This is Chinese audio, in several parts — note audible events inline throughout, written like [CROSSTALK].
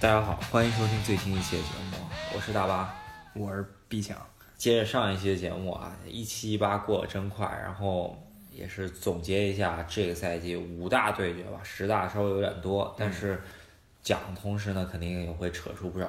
大家好，欢迎收听最新一期的节目，我是大巴。我是毕强。接着上一期的节目啊，一七一八过得真快，然后也是总结一下这个赛季五大对决吧，十大稍微有点多，但是讲的同时呢，肯定也会扯出不少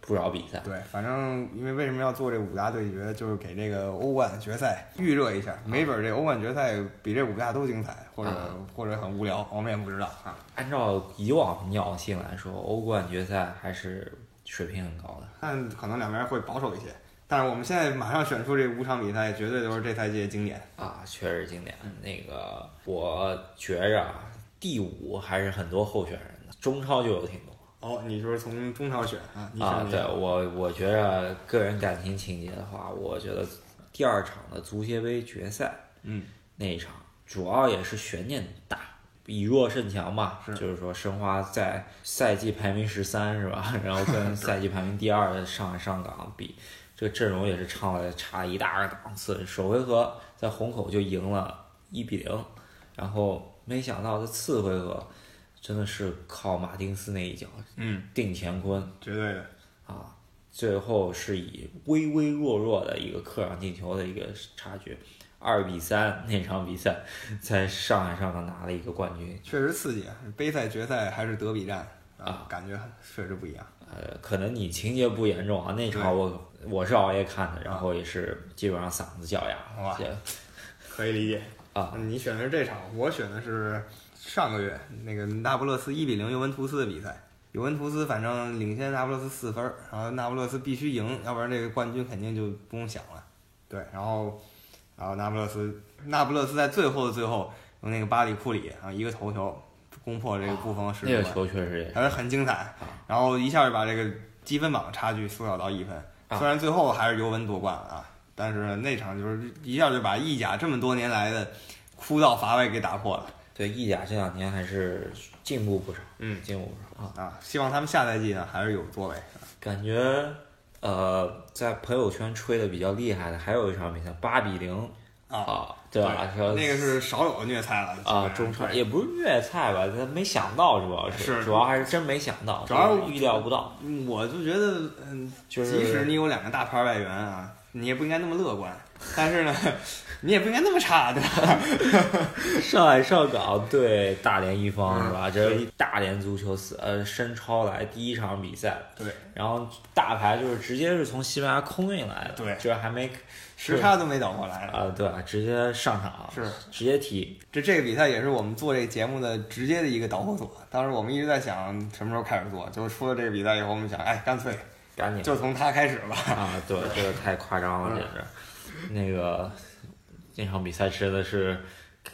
不少比赛。对，反正因为为什么要做这五大对决，就是给这个欧冠决赛预热一下，没准这欧冠决赛比这五大都精彩，或者、啊或者很无聊，我们也不知道啊。按照以往尿性来说，欧冠决赛还是水平很高的。但可能两边会保守一些，但是我们现在马上选出这五场比赛，绝对都是这赛季的经典。啊，确实经典。那个，我觉着啊，第五还是很多候选人的，中超就有挺多哦，你就是从中超选啊？你选啊。哪对个我，我觉着个人感情情节的话，我觉得第二场的足协杯决赛嗯，那一场，主要也是悬念大，以弱胜强吧。是就是说，申花在赛季排名十三是吧？ [LAUGHS] 然后 [LAUGHS] 跟赛季排名第二的上海上港比，这个阵容也是差了差一大个档次。首回合在虹口就赢了一比零，然后没想到这次回合真的是靠马丁斯那一脚，嗯，定乾坤绝对的。啊！最后是以微微弱弱的一个客场进球的一个差距，二比三那场比赛，在上海上港拿了一个冠军。确实刺激啊！杯赛决赛还是德比战啊，感觉确实不一样。呃，可能你情节不严重啊，那场我我是熬夜看的，然后也是基本上嗓子叫哑哇这可以理解啊。嗯你选的是这场，我选的是上个月那个那不勒斯一比零尤文图斯的比赛。尤文图斯反正领先那不勒斯四分儿，然后那不勒斯必须赢，要不然这个冠军肯定就不用想了。对，然后，然后那不勒斯，那不勒斯在最后的最后用那个巴里库里啊一个头球攻破这个布冯十那主个门，球确实也是还是很精啊彩。然后一下就把这个积分榜差距缩小到一分，啊虽然最后还是尤文夺冠了啊，但是那场就是一下就把意甲这么多年来的枯燥乏味给打破了对意甲这两年还是进步不少，嗯，进步不少啊。啊！希望他们下赛季呢还是有作为。感觉呃，在朋友圈吹的比较厉害的还有一场比赛，八比零啊对吧？说那个是少有虐菜了啊，中超超也不是粤菜吧，他没想到，主要是主要还是真没想到，主要就是预料不到，我就觉得，嗯，就即 [LAUGHS] 使是你有两个大牌外援啊，你也不应该那么乐观。但是呢，你也不应该那么差，对吧？上海上港对大连一方嗯是吧？这一大连足球死呃申超来第一场比赛，对，然后大牌就是直接是从西班牙空运来的，对就是还没时差都没倒过来。啊、对，直接上场是直接踢，这这个比赛也是我们做这个节目的直接的一个导火索。当时我们一直在想什么时候开始做，就是出了这个比赛以后，我们想，哎，干脆赶紧就从它开始 [LAUGHS] 吧。啊，对，这个太夸张了，简直。嗯那个那场比赛真的是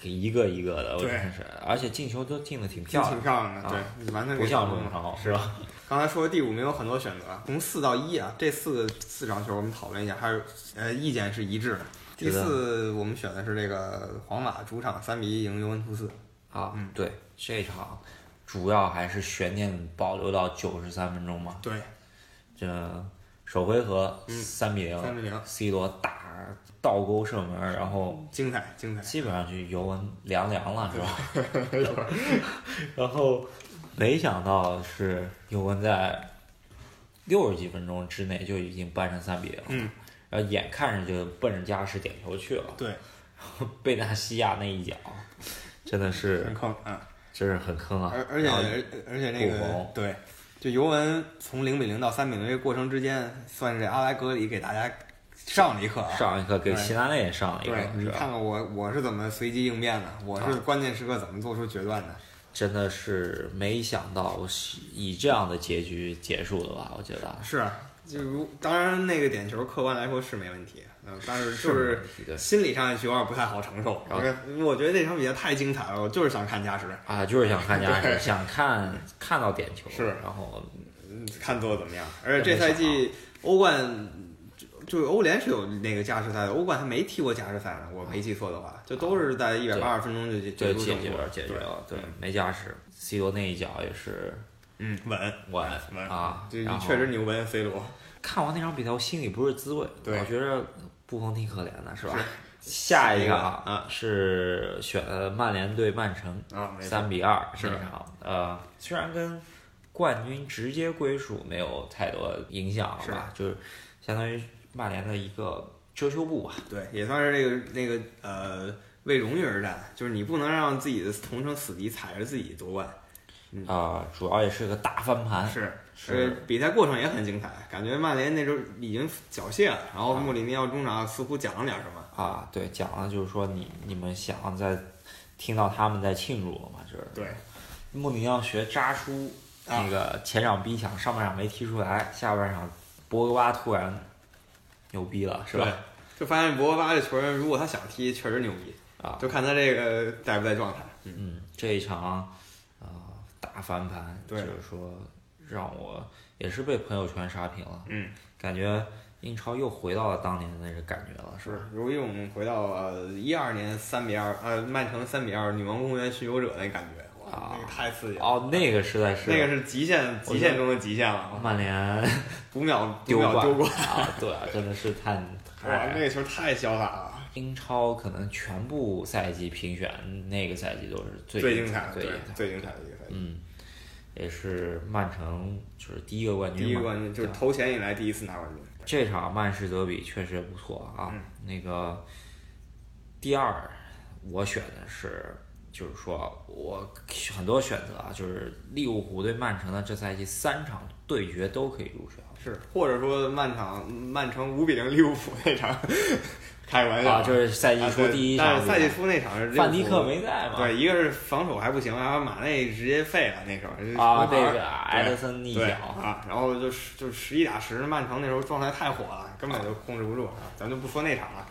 给一个一个的，我对真是，而且进球都进的挺漂亮，漂亮的啊对，完全不像中超是吧？刚才说的第五名有很多选择，从四到一啊，这四个四场球我们讨论一下，还是呃意见是一致的。第觉得四我们选的是这个皇马主场三比一赢尤文图斯，啊，对，这场主要还是悬念保留到九十三分钟嘛，对，这首回合三比三比零零， ，C 罗打倒钩射门，然后精彩精彩。基本上就尤文凉凉了，是吧？ [LAUGHS] 然后没想到是尤文在六十几分钟之内就已经扳成三比零，嗯，然后眼看着就奔着加时点球去了，对，贝纳西亚那一脚真的是很坑啊！真是很坑啊！而而且然后而而且那不个红对，就尤文从零比零到三比零这个过程之间，算是阿莱格里给大家上了一课啊。上一课给对齐达内也上了一课对，，你是吧？啊看看我我是怎么随机应变的，我是关键时刻怎么做出决断的。真的是没想到我是以这样的结局结束的吧？我觉得是啊，就如当然那个点球客观来说是没问题，嗯，但是就是是一个心理上有点不太好承受。然后我觉得我觉得这场比赛太精彩了，我就是想看加时，啊，就是想看加时，想看看到点球，是然后嗯看做的怎么样。而且这赛季欧冠。就就欧联是有那个加时赛的，欧冠还没踢过加时赛呢，我没记错的话，就都是在一百八十分钟就结就结啊束解胜决负了，解决了，对，没加时，C 罗那一脚也是嗯，稳稳稳啊，就然后确实牛文 C 罗，看完那场比赛，我心里不是滋味，对我觉着布冯挺可怜的，是吧？下一场下一个啊是呃选曼联对曼城，啊，没错三比二是那场，呃，虽然跟冠军直接归属没有太多影响了吧？就是相当于曼联的一个遮羞布吧。对，也算是这个那个呃为荣誉而战，就是你不能让自己的同城死敌踩着自己夺冠。啊、主要也是个大翻盘，嗯是啊是呃，比赛过程也很精彩，感觉曼联那时候已经缴械了，然后穆里尼奥中场似乎讲了点什么。啊，对，讲了就是说你你们想在听到他们在庆祝嘛，就是对，穆里尼奥学扎叔啊那个前场逼抢，上半场没踢出来，下半场博格巴突然牛逼了，是吧？就发现博格巴这球员，如果他想踢，确实牛逼，啊，就看他这个在不在状态。嗯，嗯，这一场啊、呃大翻盘，就对是说让我也是被朋友圈刷屏了，嗯，感觉英超又回到了当年的那个感觉了，是是吧？，如果我们回到呃一二年三比二，呃，曼城三比二女王公园巡游者那感觉，哇啊，那个太刺激了。哦，那个实在是那个是极限，极限中的极限了，曼联。 [LAUGHS] 五秒五丢秒冠丢哎过，啊！对啊，真的是太 [LAUGHS] 哇，那太个球太潇洒了。英超可能全部赛季评选那个赛季都是最最精精彩的，最对精彩的。最精彩的一个赛季，嗯，也是曼城就是第一个冠军第嘛，一个冠军就是对头前以来第一次拿冠军。这场曼市德比确实不错啊。嗯那个第二，我选的是，就是说我很多选择啊，就是利物浦对曼城的这赛季三场对决都可以入选。是，或者说曼场曼城五比零利物浦那场， [LAUGHS] 开个玩笑啊，就是赛季啊初对第一但场是比赛，赛季初那场是利物浦范迪克没在嘛？对，一个是防守还不行，然后马内直接废了那时候啊，这这红牌个埃德森一脚对啊，然后就是就是十一打十，曼城那时候状态太火了，根本就控制不住啊。咱就不说那场了，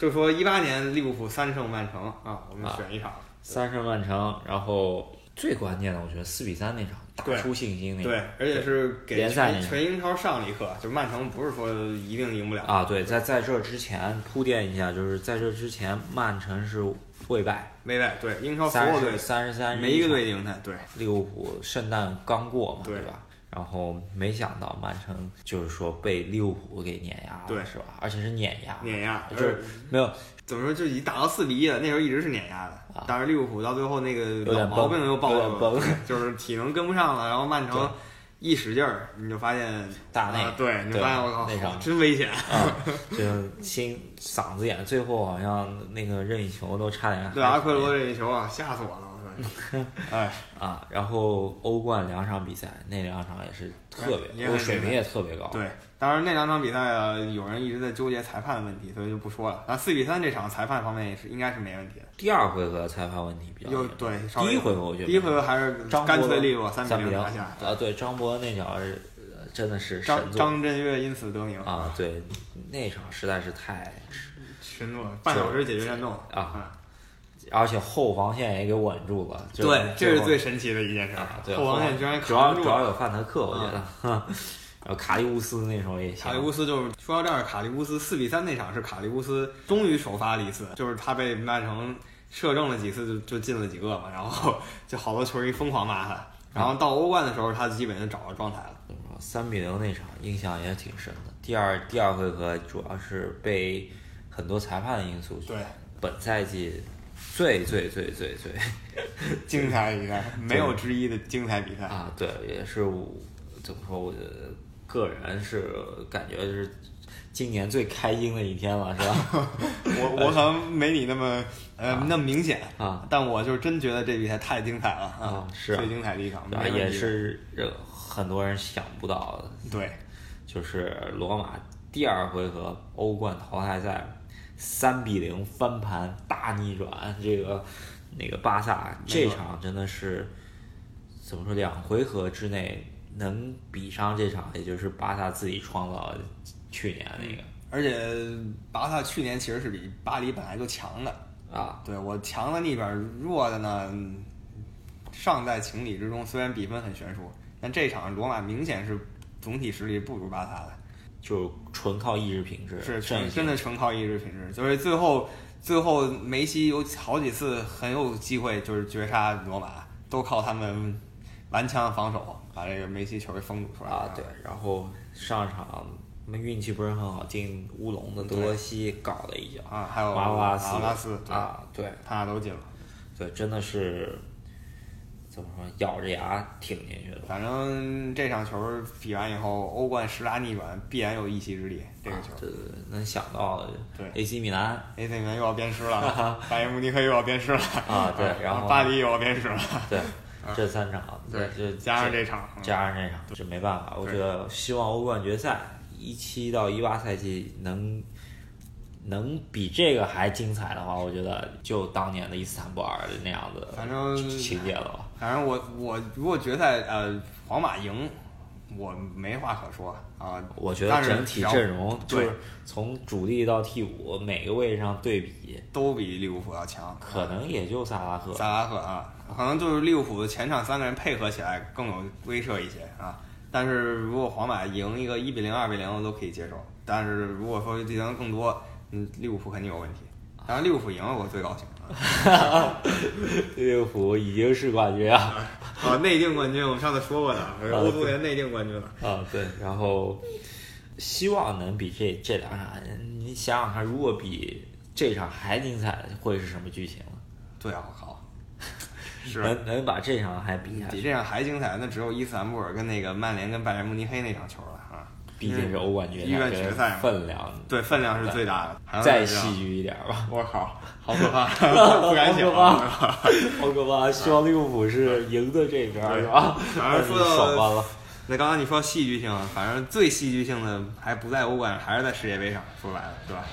就说一八年利物浦三胜曼城啊，我们啊选一场，三胜曼城，然后最关键的，我觉得四比三那场打对出信心那对场，，而且是给联赛那全场全英超上了一课，就曼城不是说一定赢不了，啊，对，在在这之前铺垫一下，就是在这之前，曼城是未败，没败，对英超所三有队十三十三，没一个队赢他，对。利物浦圣诞刚过嘛，对吧？然后没想到曼城就是说被利物浦给碾压了，对是吧？而且是碾压，碾呃压，就就是是没有怎么说，就已打到四比一了。那时候一直是碾压的，但是利物浦到最后那个啊有老点毛崩病又暴有露点了，崩就是体能跟不上了。然后曼城一使劲儿，你就发现大内啊对，你就对发现我靠那，好场真危险。啊，就是心嗓子眼，最后好像那个任意球都差点对还阿奎罗这一球啊，吓死我了！[LAUGHS] 我说，哎，啊，然后欧冠两场比赛，那两场也是特别，也很水平也特别高。对，当然那两场比赛啊，有人一直在纠结裁判的问题，所以就不说了。那四比三这场裁判方面也是应该是没问题的。第二回合裁判问题比较又严重，对，稍第微一回合我觉得第一回合还是张干伯脆利落，三比比零零拿下。啊，对，张伯那脚是呃真的是神张作张震岳因此得名啊，对，那场实在是太，群落半小时解决战嗯斗啊！而且后防线也给稳住了。就对，这最是后最神奇的一件事儿啊，对，后防线居然主要扛住主了。嗯要有范德克，我觉得，然后卡利乌斯那时候也行卡利乌斯就是说到这儿，卡利乌斯四比三那场是卡利乌斯终于首发了一次，就是他被曼城射正了几次就就进了几个嘛，然后就好多球迷疯狂骂他。然后到欧冠的时候，他基本就找到状态了。三比零那场印象也挺深的。第二第二回合主要是被很多裁判的因素，对，本赛季最最最最最精彩比赛，没有之一的精彩比赛。啊，对，也是我怎么说，我觉得个人是感觉是今年最开心的一天了，是吧？我 [LAUGHS] 我 [LAUGHS] 可能没你那么呃那么明显啊，但我就是真觉得这比赛太精彩了啊是啊最精彩的一场，对吧？没问题也是让很多人想不到的，对就是罗马第二回合欧冠淘汰赛三比零翻盘大逆转，这个那个巴萨这场真的是怎么说？两回合之内能比上这场，也就是巴萨自己创造的去年那而且巴萨去年其实是比巴黎本来就强的，个啊，对我强的那边儿，弱的呢，嗯尚在情理之中。虽然比分很悬殊，但这场罗马明显是总体实力不如巴萨的，就纯靠意志品质，是胜全利真的纯靠意志品质。就是最后最后梅西有好几次很有机会，就是绝杀罗马，都靠他们顽强的防守把这个梅西球给封堵出来了啊，对，然后上一场。他们运气不是很好，进乌龙的德罗西搞了一脚，啊，还有瓦瓦拉斯拉斯，对啊啊，对，他俩都进了。对，真的是怎么说，咬着牙挺进去的吧。反正这场球比完以后，欧冠十大逆转必然有一席之地。这个球啊，对对对，能想到的对 AC 米兰 [LAUGHS] AC 米兰又要鞭尸 [LAUGHS] 了，拜仁慕尼黑又要鞭尸了，啊， [LAUGHS] 对，然后巴黎又要鞭尸了，对这三场，就啊加上这场，嗯加上这场，这没办法。我觉得希望欧冠决赛一七到一八赛季能能比这个还精彩的话，我觉得就当年的伊斯坦布尔的那样的反正情节了吧。反正我我如果决赛呃皇马赢，我没话可说啊。我觉得但是整体只要阵容就对是从主力到替补每个位置上对比，都比利物浦要强，可能也就萨拉赫。 [LAUGHS] 萨拉赫啊，可能就是利物浦的前场三个人配合起来更有威慑一些啊。但是如果皇马赢一个一比零、二比零，我都可以接受。但是如果说赢更多，嗯，利物浦肯定有问题。当然，利物浦赢了，我最高兴 [LAUGHS] 啊！利物浦已经是冠军啊！啊，内定冠军，我们上次说过的，欧足联内定冠军了。啊，对，然后希望能比这这两场，你想想看，如果比这场还精彩，会是什么剧情呢？对啊，我靠， [LAUGHS] 是能能把这场还比下比去，这样还精彩，那只有伊斯坦布尔跟那个曼联跟拜仁慕尼黑那场球了啊！毕竟是欧冠决一赛，万决赛嘛分量对，分量是最大的。还有再就是戏剧一点吧。我靠，好可 [LAUGHS] 怕，不敢想。啊好可 [LAUGHS] 好可怕！希望利物浦是赢的这边儿是吧？反正说到爽翻了。那刚刚你说戏剧性，反正最戏剧性的还不在欧冠，还是在世界杯上。说白了，对吧？